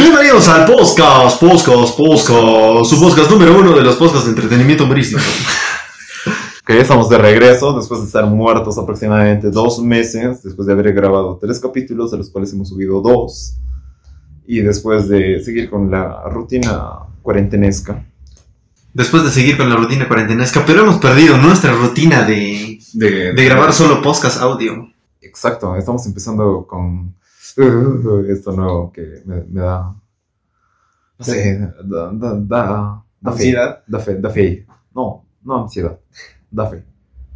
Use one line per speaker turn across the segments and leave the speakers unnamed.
Bienvenidos al podcast, podcast, podcast, su podcast número uno de los podcasts de entretenimiento humorístico.
Que ya estamos de regreso después de estar muertos aproximadamente dos meses, después de haber grabado tres capítulos, de los cuales hemos subido dos, y después de seguir con la rutina cuarentenesca.
Después de seguir con la rutina cuarentenesca, pero hemos perdido nuestra rutina de, de grabar solo podcast audio.
Exacto, estamos empezando con uh, esto nuevo que me, me da. No sé, da, da, da, da fe.
Ansiedad.
Da fe, da fe. No, no ansiedad. Da fe.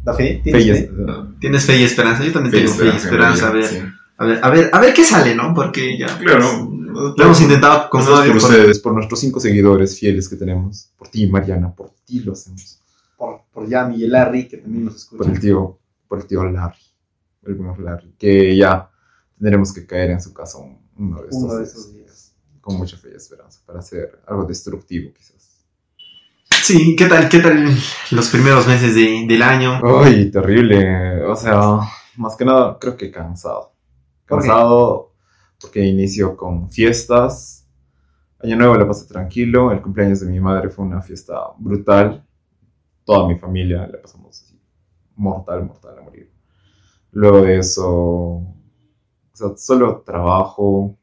¿Da fe?
Fe
¿Tienes
y
fe?
es- eh,
¿Tienes fe y esperanza? Yo también
Sí,
tengo fe y esperanza. A ver,
sí.
a ver, a ver, a ver qué sale, ¿no? Porque ya. pues,
Claro.
Lo hemos intentado con
Nosotros
audio,
por
pero-
Ustedes, por nuestros cinco seguidores fieles que tenemos, por ti, Mariana, por ti lo hacemos.
Por, por Yami y Larry, que también nos
Por el
escuchan.
tío, por el tío Larry. El buen Larry. Que ya tendremos que caer en su casa un- uno de estos
Uno de
días,
esos días.
Con mucha fe y esperanza. Para hacer algo destructivo, quizás.
Sí, ¿qué tal, qué tal los primeros meses de- del año?
Ay, terrible. O sea, más que nada, creo que cansado.
¿Por qué?
Cansado porque inició con fiestas. Año Nuevo la pasé tranquilo. El cumpleaños de mi madre fue una fiesta brutal. Toda mi familia la pasamos así. Mortal, mortal a morir. Luego de eso, o sea, solo trabajo.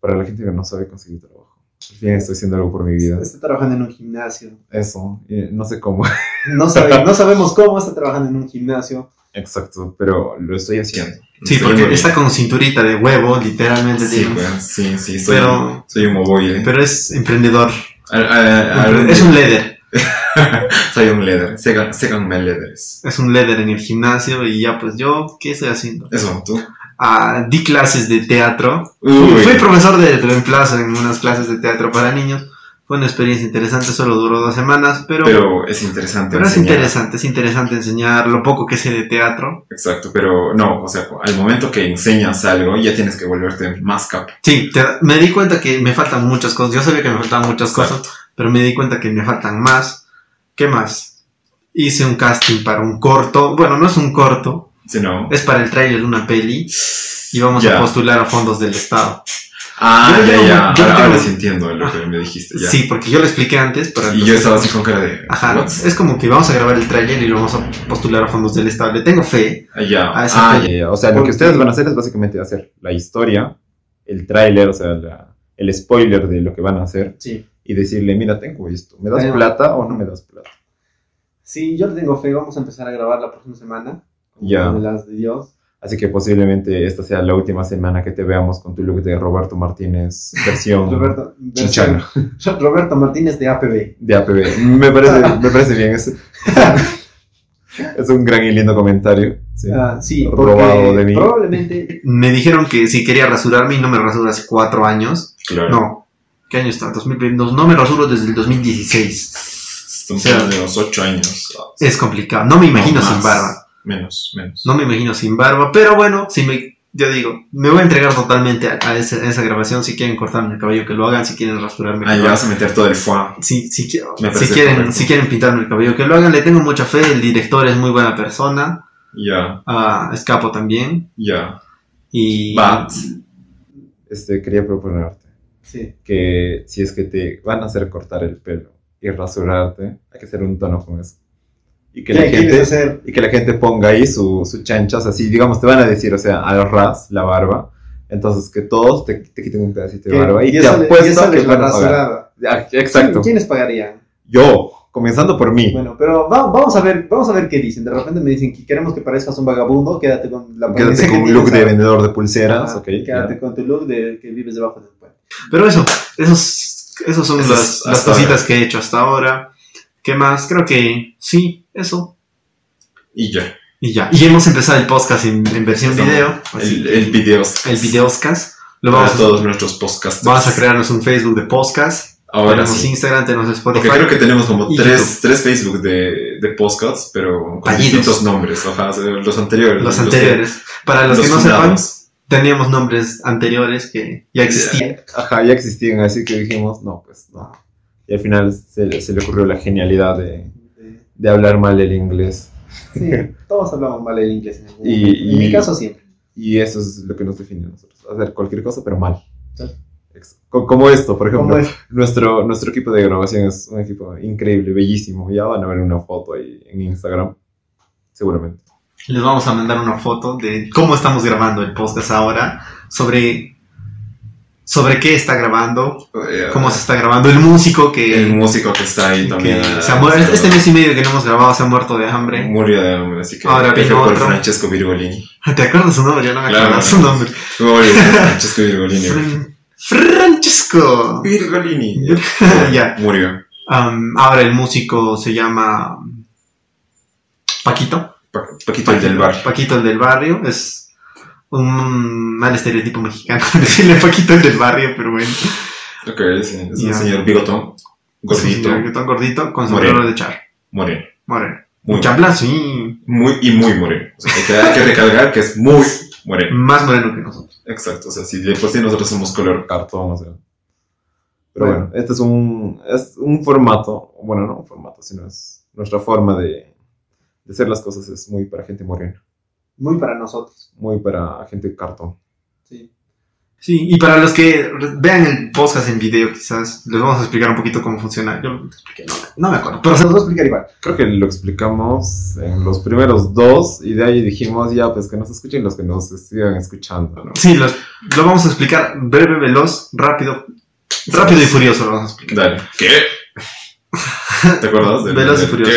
Para la gente que no sabe conseguir trabajo. Al fin estoy haciendo algo por mi vida.
Está trabajando en un gimnasio.
Eso, eh, no sé cómo.
No, sabe- no sabemos cómo está trabajando en un gimnasio.
Exacto, pero lo estoy haciendo.
Sí,
Soy
porque
un-
está con cinturita de huevo, literalmente.
Sí,
digo.
pues, sí, sí, soy,
Pero-
soy un mogoy.
Pero es emprendedor.
Es
es un leather.
soy un leather. Segan- Séganme leathers.
es un líder en el gimnasio y ya pues yo, ¿qué estoy haciendo?
Eso, tú.
Ah, di clases de teatro.
Uy.
Fui profesor de reemplazo en unas clases de teatro para niños. Fue una experiencia interesante, solo duró dos semanas, pero, pero,
Pero es interesante.
es
enseñar.
interesante, es interesante enseñar lo poco que sé de teatro.
Exacto, pero no, o sea, al momento que enseñas algo, ya tienes que volverte más capo.
Sí, te- me di cuenta que me faltan muchas cosas. Yo sabía que me faltaban muchas cosas, pero me di cuenta que me faltan más. ¿Qué más? Hice un casting para un corto. Bueno, no es un corto,
Si no.
es para el trailer de una peli y vamos a
Ya.
postular a fondos del Estado.
Ah,
Yo-
ya,
yo-
ya.
yo
ahora,
tengo-
ahora sí entiendo lo que me dijiste. Ya.
Sí, porque yo lo expliqué antes, pero...
Y yo estaba así con cara de.
Ajá,
¿what?
es como que vamos a grabar el tráiler y lo vamos a postular a fondos del Estado. Le tengo fe.
Ah, ya.
Ah, esa
Ah,
fue-
ya.
Eh, o sea, lo
Porque-
que ustedes van a hacer es básicamente hacer la historia, el tráiler, o sea, la- el spoiler de lo que van a hacer
Sí.
y decirle, mira, tengo esto, ¿me das
Tengo-
plata o no me das plata?
Sí, yo le tengo fe. Vamos a empezar a grabar la próxima semana. Como
Ya.
De las de Dios.
Así que posiblemente esta sea la última semana que te veamos con tu look de Roberto Martínez, versión
Roberto,
Chichana.
Roberto Martínez de APB.
de APB. Me parece, me parece bien, es, es un gran y lindo comentario. sí.
Ah, sí,
Robado
porque
de mí.
probablemente
Me dijeron que si quería rasurarme y no me rasuro hace cuatro años.
Claro.
No. ¿Qué año está? 2022. No me rasuro desde el 2016.
Estamos
O sea,
hablando de los ocho años. Ah,
Es complicado. No me imagino
no,
sin
más.
barba.
Menos, menos.
No me imagino sin barba. Pero bueno, si me... Yo digo, me voy a entregar totalmente a, a esa, a esa grabación. Si quieren cortarme el cabello, que lo hagan. Si quieren rasurarme, que
Ah,
lo
ya
hagan.
vas a meter todo el foie.
si, si, qui-
Me
si
parece
quieren,
correcto.
si quieren pintarme el cabello, que lo hagan. Le tengo mucha fe. El director es muy buena persona.
Ya,
a Ah, escapo también.
ya.
Y.
Bat.
Este, quería proponerte
sí,
que si es que te van a hacer cortar el pelo y rasurarte, hay que hacer un tono con eso. Y que la
¿Qué quieres
gente...
hacer?
y que la gente ponga ahí su, su chancha, o sea, si digamos te van a decir, o sea, al ras la barba, entonces que todos te, te quiten un pedacito de barba y te apuesto a que
la
van a pagar.
rasurada.
Ah, Exacto,
¿Quiénes pagarían?
yo, comenzando por mí,
Bueno, pero va- vamos a ver, vamos a ver qué dicen. De repente me dicen que queremos que parezcas un vagabundo, quédate con la apariencia
quédate
que Ah,
con un look
tienes
de
ahora.
vendedor de pulseras,
Ajá,
ok,
Quédate
ya.
con tu look de que vives debajo del puente.
Pero eso, esos, esos son
Eso
las,
es
las
hasta
cositas que he hecho hasta ahora. ¿Qué más? Creo que sí, eso.
Y ya.
Y ya. Y hemos empezado el podcast en, en versión
Estamos-
video. así
El,
que-
el video.
el videoscast. Lo
Para
vamos, a,
todos nuestros podcasts.
vamos a crearnos un Facebook de podcast.
Ahora
tenemos
sí.
Instagram, tenemos Spotify.
Porque creo que tenemos como
Y
tres, tres Facebook de, de podcasts, pero con
Fallidos.
distintos nombres. Ajá, o sea, los anteriores.
los
que-
anteriores. Para los,
los
que no sepan,
fundados.
teníamos nombres anteriores que ya existían.
Ajá, ya existían, así que dijimos, no, pues no. Y al final se, se le ocurrió la genialidad de,
Eh,
de hablar mal el inglés.
Sí, todos hablamos mal el inglés. En, algún
Y-
momento. En
y-
mi caso siempre.
Y eso es lo que nos define a nosotros, hacer cualquier cosa, pero mal.
Sí.
Ex- co- Como esto, por ejemplo.
¿Cómo es?
Nuestro, nuestro equipo de grabación es un equipo increíble, bellísimo. Ya van a ver una foto ahí en Instagram, seguramente.
Les vamos a mandar una foto de cómo estamos grabando el podcast ahora, sobre, sobre qué está grabando,
Eh,
cómo se está grabando, el músico que,
el músico que está ahí también.
que
ah,
se ha muerto,
está-
este mes y medio que no hemos grabado se ha muerto de hambre.
Murió de hambre, así que
Ahora
F
vino
por
otro.
Francesco Virgolini.
¿Te acuerdas su nombre? Yo no me
Mm. Claro.
acuerdo su nombre.
Pobre Francesco Virgolini.
Fran- Francesco.
Virgolini.
Ya.
Murió.
Am, Um, ahora el músico se llama Paquito.
Pa- Paquito el del bar.
Paquito el del barrio es un mal estereotipo mexicano decirle Paquito el del barrio, pero bueno.
Ok, sí, es
Ya.
un señor bigotón, gordito,
Sí, tan gordito con su
Moreno.
color de char.
moreno.
Moreno.
Muy,
Chambla, sí.
muy y muy moreno. O sea, hay, que, hay que recalcar que es muy moreno.
Más moreno que nosotros.
Exacto, o sea, si de por sí nosotros somos color.
Cartón, o sea. Pero bueno, este es un, es un formato, bueno, no un formato, sino es nuestra forma de, de hacer las cosas. Es muy para gente morena,
Muy para nosotros.
muy para gente cartón.
Sí.
Sí, y para los que re- vean el podcast en video, quizás les vamos a explicar un poquito cómo funciona. Yo lo expliqué, no, me- no me acuerdo. Pero
Pero se los voy a explicar igual.
Creo que lo explicamos en los primeros dos y de ahí dijimos, ya, pues que nos escuchen los que nos sigan escuchando, ¿no?
sí, los- lo vamos a explicar breve, veloz, rápido. Rápido y furioso lo vamos a explicar.
Dale. ¿Qué? ¿Te acuerdas? del-
Veloz y
del-
furioso.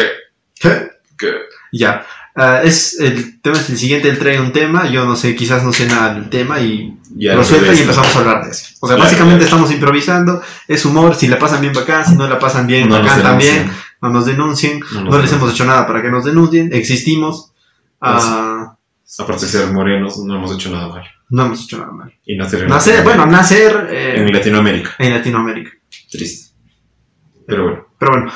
¿Qué?
¿Qué? ¿Qué?
Ya. Ah, es, el tema es el siguiente, él trae un tema, yo no sé, quizás no sé nada del tema y
Ya
lo suelta y
regresa.
empezamos a hablar de eso. O sea,
Claro,
básicamente
claro.
estamos improvisando, es humor, si la pasan bien bacán, si no la pasan bien
No nos
bacán también,
denuncian,
no nos denuncien,
No,
no,
nos
les
denuncian.
hemos hecho nada para que nos denuncien, existimos, ah,
Aparte de ser morenos, no hemos hecho nada mal.
no hemos hecho nada mal.
Y nacer en
Nacer, bueno,
Latinoamérica.
nacer eh,
en Latinoamérica.
en Latinoamérica.
Triste. Pero bueno.
Pero bueno,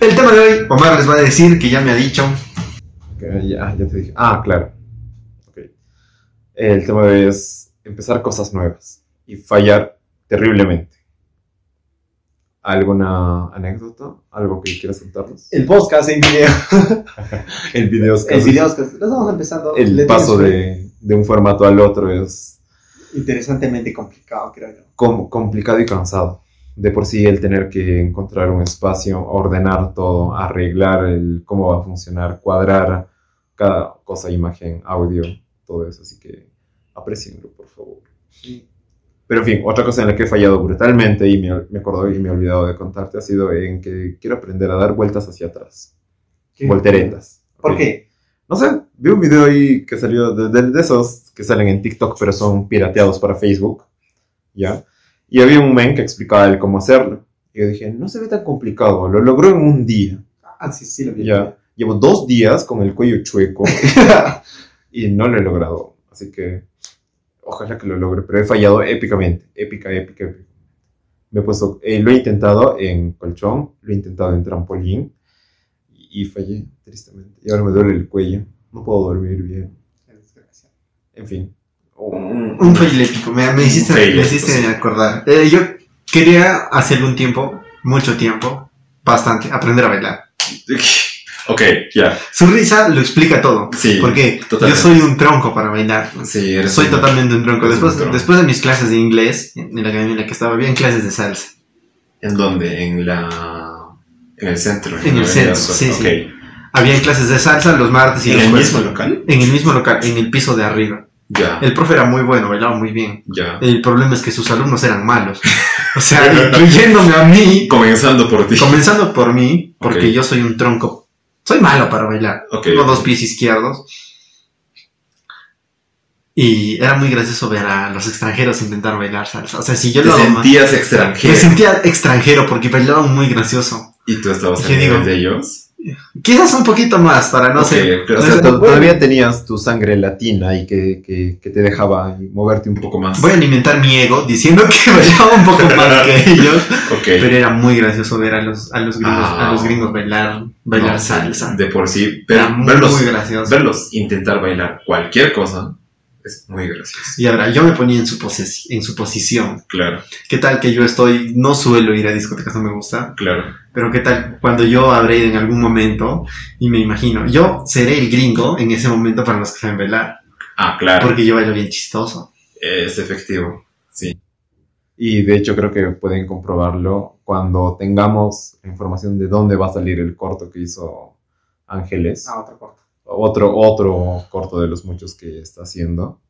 el tema de hoy, Omar les va a decir que ya me ha dicho,
Que Ya, ya te dije. Ah, claro. Ok. El tema de hoy es empezar cosas nuevas y fallar terriblemente. ¿Alguna anécdota? ¿Algo que quieras contarnos?
El podcast en video.
El video es
El
casi-
video. Los vamos empezando.
el
Le tienes
paso
fe.
de, de un formato al otro es
Interesantemente complicado, creo yo.
com- complicado y cansado. De por sí el tener que encontrar un espacio, ordenar todo, arreglar el cómo va a funcionar, cuadrar cada cosa, imagen, audio, todo eso. Así que aprecienlo, por favor.
Sí.
Pero en fin, otra cosa en la que he fallado brutalmente y me, me acordó y me he olvidado de contarte ha sido en que quiero aprender a dar vueltas hacia atrás.
¿Qué?
Volteretas.
¿Por
Ok.
qué?
No sé, vi un video ahí que salió de, de- de esos que salen en TikTok pero son pirateados para Facebook. ¿Ya? Y había un men que explicaba él cómo hacerlo. Y yo dije, no se ve tan complicado, lo logró en un día.
Ah, sí, sí, lo vi.
Ya. Llevo dos días con el cuello chueco y no lo he logrado. Así que ojalá que lo logre, pero he fallado épicamente. Épica, épica, épica. Me he puesto, eh, lo he intentado en colchón, lo he intentado en trampolín y, y fallé, tristemente. Y ahora me duele el cuello, no puedo dormir bien.
Qué desgracia.
En fin. Oh,
Un,
un fail épico, me, me hiciste,
Un fail
me
épico,
hiciste
sí.
acordar. Eh, yo quería hace algún tiempo, mucho tiempo, bastante, aprender a bailar.
Ok, ya.
Su risa lo explica todo.
Sí,
Porque
totalmente.
yo soy un tronco para bailar.
Sí, eres
Soy
un-
totalmente un tronco.
eres
Después,
un tronco.
después de mis clases de inglés, en la academia en la que estaba, había clases de salsa.
¿En dónde? En la. En el centro.
En el
la
centro,
Avenida Sol.
sí, sí.
Ok.
Había clases de salsa los martes y
¿En
los
el
jueves.
mismo local?
En el mismo local, en el piso de arriba.
Ya,
El profe era muy bueno, bailaba muy bien.
ya.
El problema es que sus alumnos eran malos. O sea, incluyéndome a mí,
Comenzando por ti.
comenzando por mí, porque
Ok.
yo soy un tronco. Soy malo para bailar.
Ok.
Tengo dos pies izquierdos. Y era muy gracioso ver a los extranjeros intentar bailar salsa. O sea, si yo
Te
lo hago mal,
sentías
me
extranjero
sentía extranjero porque bailaban muy gracioso.
y tú estabas
¿Qué
en
digo?
el de ellos.
Quizás un poquito más, para no
Ok,
ser.
pero,
O
o
sea,
sea,
to- todavía tenías tu sangre latina y que, que- que te dejaba moverte un
un
poco.
poco más.
Voy a alimentar mi ego diciendo que bailaba un poco más que ellos.
ok.
Pero era muy gracioso ver a los, a los, gringos,
Ah.
a los gringos bailar, bailar
No, sí,
salsa.
De por sí. Pero
era muy,
verlos,
muy gracioso.
verlos intentar bailar cualquier cosa es muy gracioso.
Y ahora, yo me ponía en su, poses- en su posición.
Claro,
¿Qué tal que yo estoy? No suelo ir a discotecas, no me gusta.
claro.
Pero qué tal cuando yo habré en algún momento y me imagino, yo seré el gringo en ese momento para los que saben bailar,
Ah, claro.
porque yo bailo bien chistoso.
Es efectivo.
Y de hecho creo que pueden comprobarlo cuando tengamos la información de dónde va a salir el corto que hizo Ángeles.
Ah, otra corta.
Otro, otro corto de los muchos que está haciendo.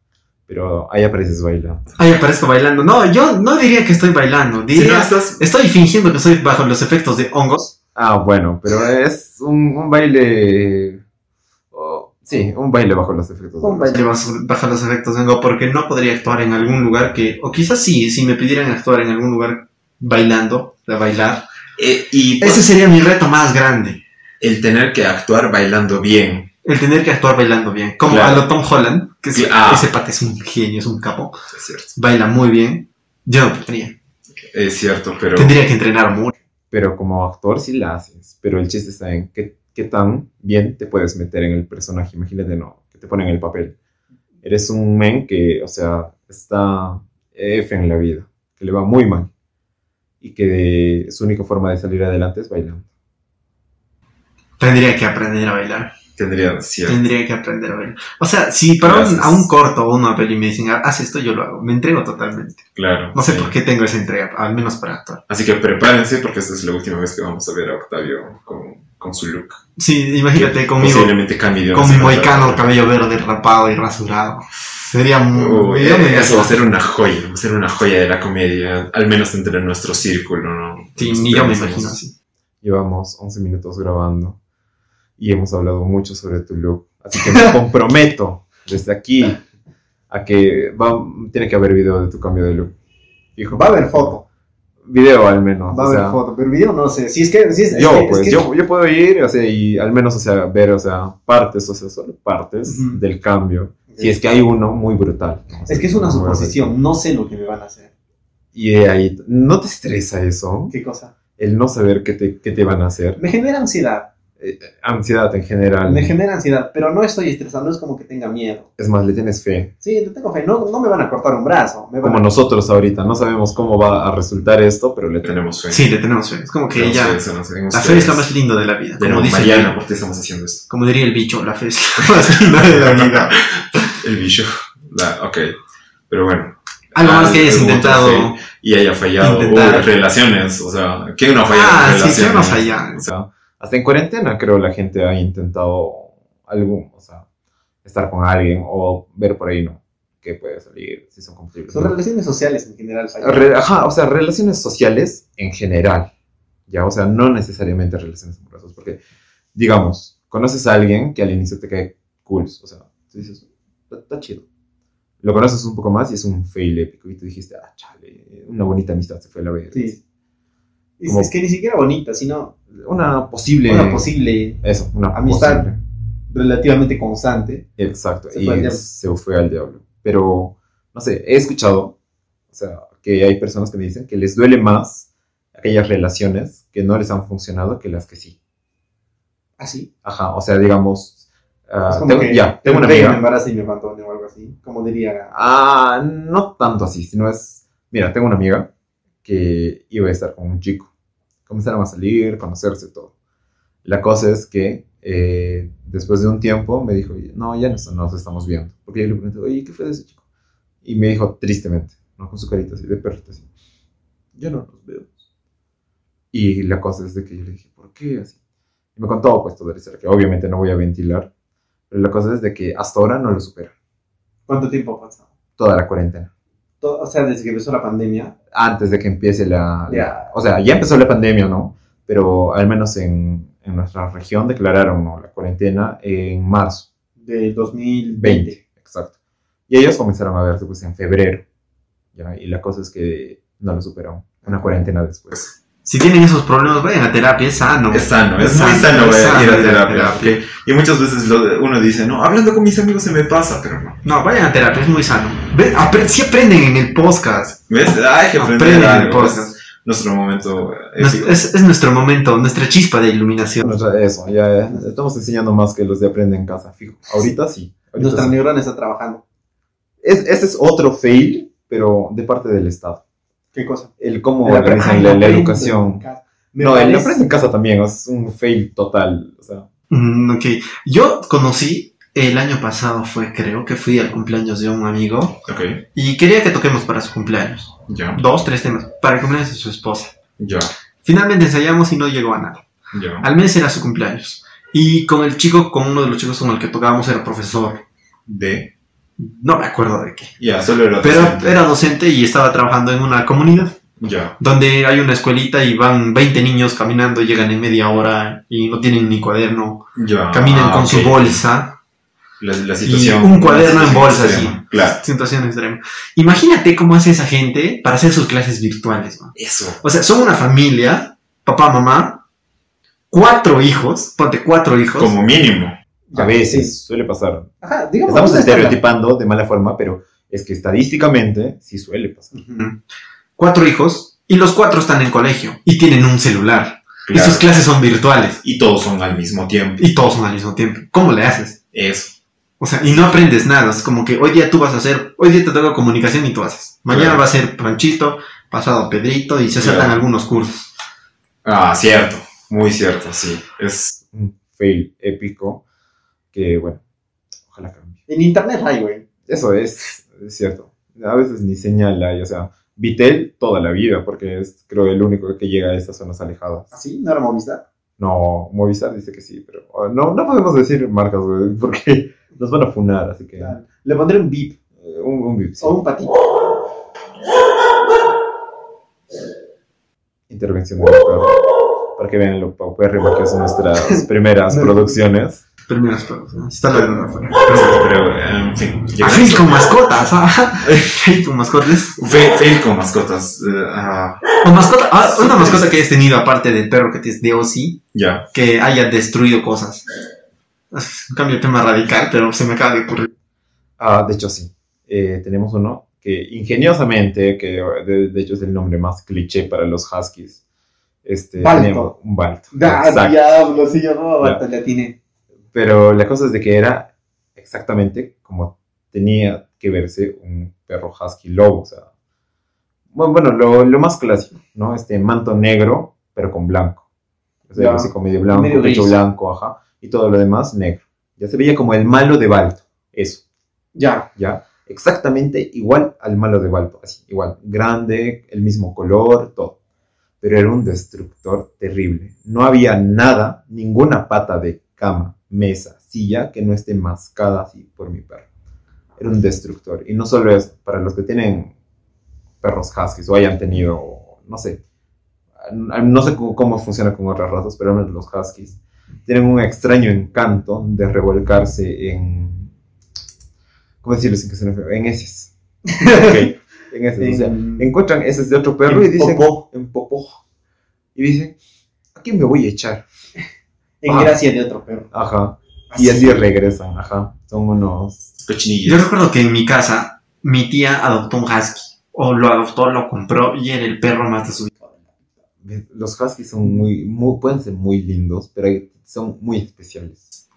Pero ahí apareces bailando.
Ahí aparezco bailando. No, yo no diría que estoy bailando.
Si no
Diría,
estás.
estoy fingiendo que soy bajo los efectos de hongos.
Ah, bueno, pero es un, un baile... oh, sí, un baile bajo los efectos. de
Un
los-
baile.
Llevas bajo los efectos de hongo porque no podría actuar en algún lugar que, o quizás sí, si me pidieran actuar en algún lugar bailando, a bailar.
eh, y pues,
Ese sería mi reto más grande.
el tener que actuar bailando bien.
El tener que actuar bailando bien. Como
Claro.
a lo Tom Holland, que es-
Ah.
ese pate es un genio, es un capo.
Es cierto.
Baila muy bien. Yo no podría.
Es cierto, pero.
Tendría que entrenar mucho.
pero como actor sí la haces. Pero el chiste está en qué, qué tan bien te puedes meter en el personaje. Imagínate, no, que te ponen el papel. Eres un men que, o sea, está F en la vida, que le va muy mal. Y que su única forma de salir adelante es bailando.
Tendría que aprender a bailar.
Tendría. Cierto.
Tendría que aprender a verlo. O sea, si para un,
Gracias.
a un corto o una peli me dicen, "Ah, haz esto, yo lo hago. Me entrego totalmente.
Claro.
No sé
sí.
por qué tengo esa entrega, al menos para actuar.
Así que prepárense porque esta es la última vez que vamos a ver a Octavio con, con su look.
Sí, imagínate
Que
conmigo,
Posiblemente cambie de
con mi
una
moicano,
semana a
cabello verde, rapado y rasurado. Sería
otra.
muy...
Uy,
yo me-
eh, eso va a ser una joya, va a ser una joya de la comedia, al menos entre nuestro círculo, ¿no?
Sí,
Nosotros
ni yo me
somos-
imagino así.
Llevamos 11 minutos grabando y hemos hablado mucho sobre tu look. Así que me comprometo desde aquí a que va, tiene que haber video de tu cambio de look. Fijo.
Va a haber foto.
Video al menos.
Va a
o
haber
sea,
foto. Pero video no sé. Si es que. Si es, es
Yo,
que- es
pues,
que-
yo, yo puedo ir, o sea, y al menos, o sea, ver, o sea, partes, o sea, solo partes
Ujú.
del cambio. Si es que hay uno muy brutal. ¿no? O sea,
Es que es una
muy
suposición.
brutal.
No sé lo que me van a hacer.
Y de ahí, ¿no te estresa eso?
¿Qué cosa?
El no saber qué te, qué te van a hacer.
Me genera ansiedad.
Eh, ansiedad en general.
Me genera ansiedad. Pero no estoy estresado. No es como que tenga miedo.
Es más, le tienes fe.
Sí, le tengo fe. No, no me van a cortar un brazo. Me van
Como
a-
nosotros ahorita, no sabemos cómo va a resultar esto, pero le tenemos.
Tenemos fe.
Sí, le tenemos fe. Es como que
Pues, Tenemos
ya...
fe, se nos- en
La fe es
ustedes.
lo más lindo de la vida. Como
Tenemos
dice, el-
Mariana, ¿por qué estamos haciendo esto?
como diría el bicho, la fe es lo más lindo de la vida.
El bicho. La- ok. Pero bueno.
Algo
Ah,
más que hayas
algún otro
intentado...
fe. Y haya fallado.
Intentar.
Uy, relaciones. O sea, ¿quién no ha fallado?
Ah,
en
sí, ¿quién no ha
relaciones?
fallado?
O
O
sea,
sea, hasta en cuarentena creo la gente ha intentado algún, o sea, estar con alguien o ver por ahí, ¿no? Que puede salir, si son compatibles.
Sus
¿no?
relaciones sociales en general. fallan.
Re- ajá, o sea, relaciones sociales en general, ¿ya? O sea, no necesariamente relaciones amorosas, porque, digamos, conoces a alguien que al inicio te cae cool, o sea, tú dices, "Está- está chido. Lo conoces un poco más y es un fail épico, y tú dijiste, ah, chale, una bonita amistad se fue a la verga.
Sí. Es,
Como-
es que ni siquiera bonita, sino
Una posible...
una posible
Eso, una
Amistad.
posible.
relativamente constante.
Exacto,
Se
y
fue al diablo.
se fue al diablo. Pero, no sé, he escuchado, o sea, que hay personas que me dicen que les duele más aquellas relaciones que no les han funcionado que las que sí.
Así.
Ajá, o sea, digamos, ah,
es como
tengo-
que
ya, tengo una
me pega,
amiga.
me embaraza y me abandone o algo así. Como diría.
Ah, no tanto así, sino es, mira, tengo una amiga que iba a estar con un chico. Comenzaron a salir, conocerse, todo. La cosa es que eh, después de un tiempo me dijo, no, ya nos, nos estamos viendo. Porque yo le pregunté, oye, ¿qué fue de ese chico? Y me dijo tristemente, ¿no? con su carita así de perrito, así, ya no nos vemos. Y la cosa es de que yo le dije, ¿por qué así? Y me contó, pues, todo el historia, que obviamente no voy a ventilar, pero la cosa es de que hasta ahora no lo supera,
¿Cuánto tiempo ha pasado?
toda la cuarentena.
To- o sea, desde que empezó la pandemia.
antes de que empiece la, la-
Ya.
O sea, ya empezó la pandemia, ¿no? Pero al menos en, en nuestra región declararon ¿no? la cuarentena en marzo
Del 2020.
20, exacto. Y ellos comenzaron a verse pues en febrero, ¿ya? Y la cosa es que no lo superaron, una cuarentena después.
Si tienen esos problemas, vayan a terapia, es sano.
Es sano, es,
Es
muy
sano,
sano,
es
eh,
sano
ir a
ir a
terapia.
terapia.
porque- Y muchas veces lo- uno dice, no, hablando con mis amigos se me pasa, pero no.
No, vayan a terapia, es muy sano. Ve, apre- sí aprenden en el podcast.
¿Ves? Hay que
Aprenden
aprender
en el
algo.
podcast.
Es nuestro momento. eh,
Nos-
épico.
es, es nuestro momento, nuestra chispa de iluminación.
Nuestra- Eso, ya eh, estamos enseñando más que los de Aprende en Casa, fijo. Ahorita sí. ahorita
Nuestra
sí.
neurona está trabajando.
Es- ese es otro fail, pero de parte del Estado.
¿Qué cosa?
El cómo
El
organizan
apre-
la,
Ay,
la
aprendo en
educación.
casa. Me
No, el
parece-
Aprende en Casa también es un fail total, o sea...
Mm, ok. Yo conocí el año pasado fue, creo que fui al cumpleaños de un amigo
Ok,
y quería que toquemos para su cumpleaños.
ya,
Dos, tres temas. Para el cumpleaños de su esposa.
ya,
Finalmente ensayamos y no llegó a nada.
ya.
Al mes era su cumpleaños. Y con el chico, con uno de los chicos con el que tocábamos era profesor.
De,
No me acuerdo de qué.
ya, solo era
Pero
docente.
era docente y estaba trabajando en una comunidad.
Ya,
donde hay una escuelita y van 20 niños caminando, llegan en media hora y no tienen ni cuaderno,
ya.
caminan
Ah,
con
ok.
su bolsa,
La, la situación.
un
la
cuaderno en
situación
bolsa,
extrema.
sí.
Claro.
situación extrema. Imagínate cómo hace esa gente para hacer sus clases virtuales. ¿no?
Eso.
O sea, son una familia, papá, mamá, cuatro hijos, ponte cuatro hijos.
Como mínimo.
A veces suele pasar.
Ajá, digamos.
Estamos
vamos a estar-
estereotipando de mala forma, pero es que estadísticamente sí suele pasar.
Ujú.
Cuatro hijos y los cuatro están en colegio y tienen un celular. Y
Claro.
sus clases son virtuales
Y todos son al mismo tiempo.
y todos son al mismo tiempo. ¿Cómo le haces?
Eso.
O sea, y no aprendes nada. Es como que hoy día tú vas a hacer, hoy día te toca comunicación y tú haces. Mañana
Claro.
va a ser Panchito, pasado Pedrito y se
Claro.
saltan algunos cursos.
Ah, cierto. Muy cierto, sí. Es.
Un fail épico que, bueno, ojalá cambie.
En internet hay, güey.
Eso es, es cierto. A veces ni señal hay, o sea, Vitel toda la vida, porque es creo el único que llega a estas zonas alejadas.
¿Así? ¿No era Movistar?
No, Movistar dice que sí, pero oh, no, no podemos decir marcas, güey, porque nos van a funar, así que...
Claro. Le pondré un beep
eh, Un, un bip, sí.
o un patito.
Intervención de mi perro, para que vean lo paupérrimo que son nuestras primeras producciones.
Primeros pagos. ¿no? Está la verdad afuera.
Pero, en
Ah,
fin. llegamos
fail con mascotas. ah. Fail con mascotas.
Fail, fail con mascotas. eh, ah,
O mascota, ah, una mascota que hayas tenido aparte del perro que tienes de Ozzy,
ya.
que haya destruido cosas. Es un cambio de tema radical, pero se me acaba de ocurrir.
Ah, de hecho sí. Eh, tenemos uno que ingeniosamente, que de, de hecho es el nombre más cliché para los huskies. Este,
Balto.
teníamos un balto.
Da,
Exacto.
diablo, sí, yo no,
Ya.
hasta le atiné.
Pero la cosa es de que era exactamente como tenía que verse un perro husky lobo. O sea, bueno, bueno, lo, lo más clásico, ¿no? Este manto negro, pero con blanco. O sea,
Ya.
algo así como medio blanco,
Medio
pecho
gris.
blanco, ajá. Y todo lo demás negro. Ya se veía como el malo de Balto. Eso.
Ya.
¿ya? Exactamente igual al malo de Valpo, así, igual, grande, el mismo color, todo. Pero era un destructor terrible. No había nada, ninguna pata de cama, mesa, silla que no esté mascada así por mi perro. Era un destructor. Y no solo eso, para los que tienen perros huskies o hayan tenido, no sé, no sé cómo, cómo funciona con otras razas, pero al menos los huskies tienen un extraño encanto de revolcarse en, ¿cómo decirlo sin que se me fue? En heces. Ok, en heces. o sea, encuentran heces de otro perro y
En
dicen,
popó.
en popó. Y dicen, ¿a quién me voy a echar?
En
Ah.
gracia de otro perro.
Ajá. Y así regresan, ajá. Son unos...
Yo
Cochinillas.
recuerdo que en mi casa, mi tía adoptó un husky. O lo adoptó, lo compró y era el perro más de su
Los huskies son muy, muy, pueden ser muy lindos, pero hay- son muy especiales.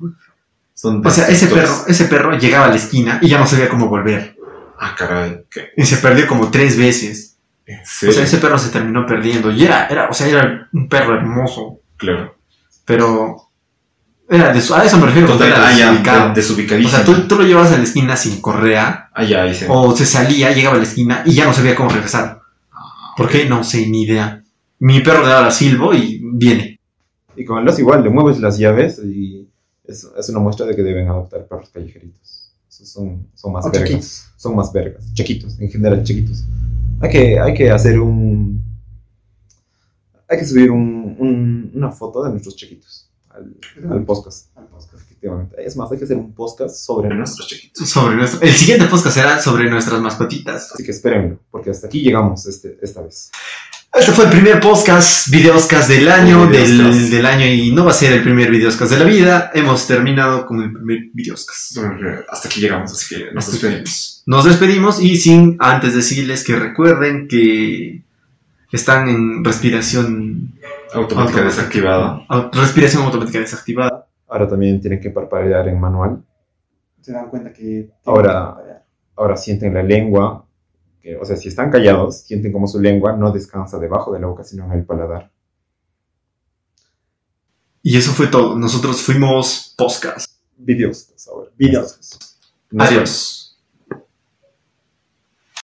Son
O sea, ese perro,
destructores.
ese perro llegaba a la esquina y ya no sabía cómo volver.
Ah, caray. ¿qué?
Y se perdió como tres veces.
¿En
O sea,
serio?
ese perro se terminó perdiendo. Y era, era, o sea, era un perro hermoso.
Claro.
Pero era de su- a eso me refiero.
Total,
era
ah, ya,
desubicado.
de- desubicadísimo.
O sea, tú, tú lo llevabas a la esquina sin correa.
Ah, ya, dicen.
O se salía, llegaba a la esquina y ya no sabía cómo regresar.
Ah,
¿Por qué? No sé, ni idea. Mi perro le daba silbo y viene.
Y con los igual, le mueves las llaves y es, es una muestra de que deben adoptar perros callejeritos. Esos son, son más
O
vergas.
chiquitos.
Son más vergas. Chiquitos, en general, chiquitos. Hay que, hay que hacer un. Hay que subir un- un- una foto de nuestros chiquitos al, al podcast.
Al podcast.
Efectivamente. Es más, hay que hacer un podcast sobre nosotros.
Sobre nuestros chiquitos.
Sobre nuestro, el siguiente podcast será sobre nuestras mascotitas.
Así que espérenlo, porque hasta aquí llegamos este, esta vez.
Este fue el primer podcast, videoscast del año, del,
Videoscast.
del año y no va a ser el primer videoscast de la vida. Hemos terminado con el primer videoscast.
Hasta aquí llegamos, así que nos despedimos.
Nos despedimos y sin antes decirles que recuerden que están en respiración
Automática desactivada.
au- respiración automática desactivada.
Ahora también tienen que parpadear en manual.
Se dan cuenta que.
Ahora- Ahora sienten la lengua. que- o sea, si están callados, sienten como su lengua no descansa debajo de la boca, sino en el paladar.
Y eso fue todo. Nosotros fuimos podcast.
videos. ahora.
Videos.
Adiós.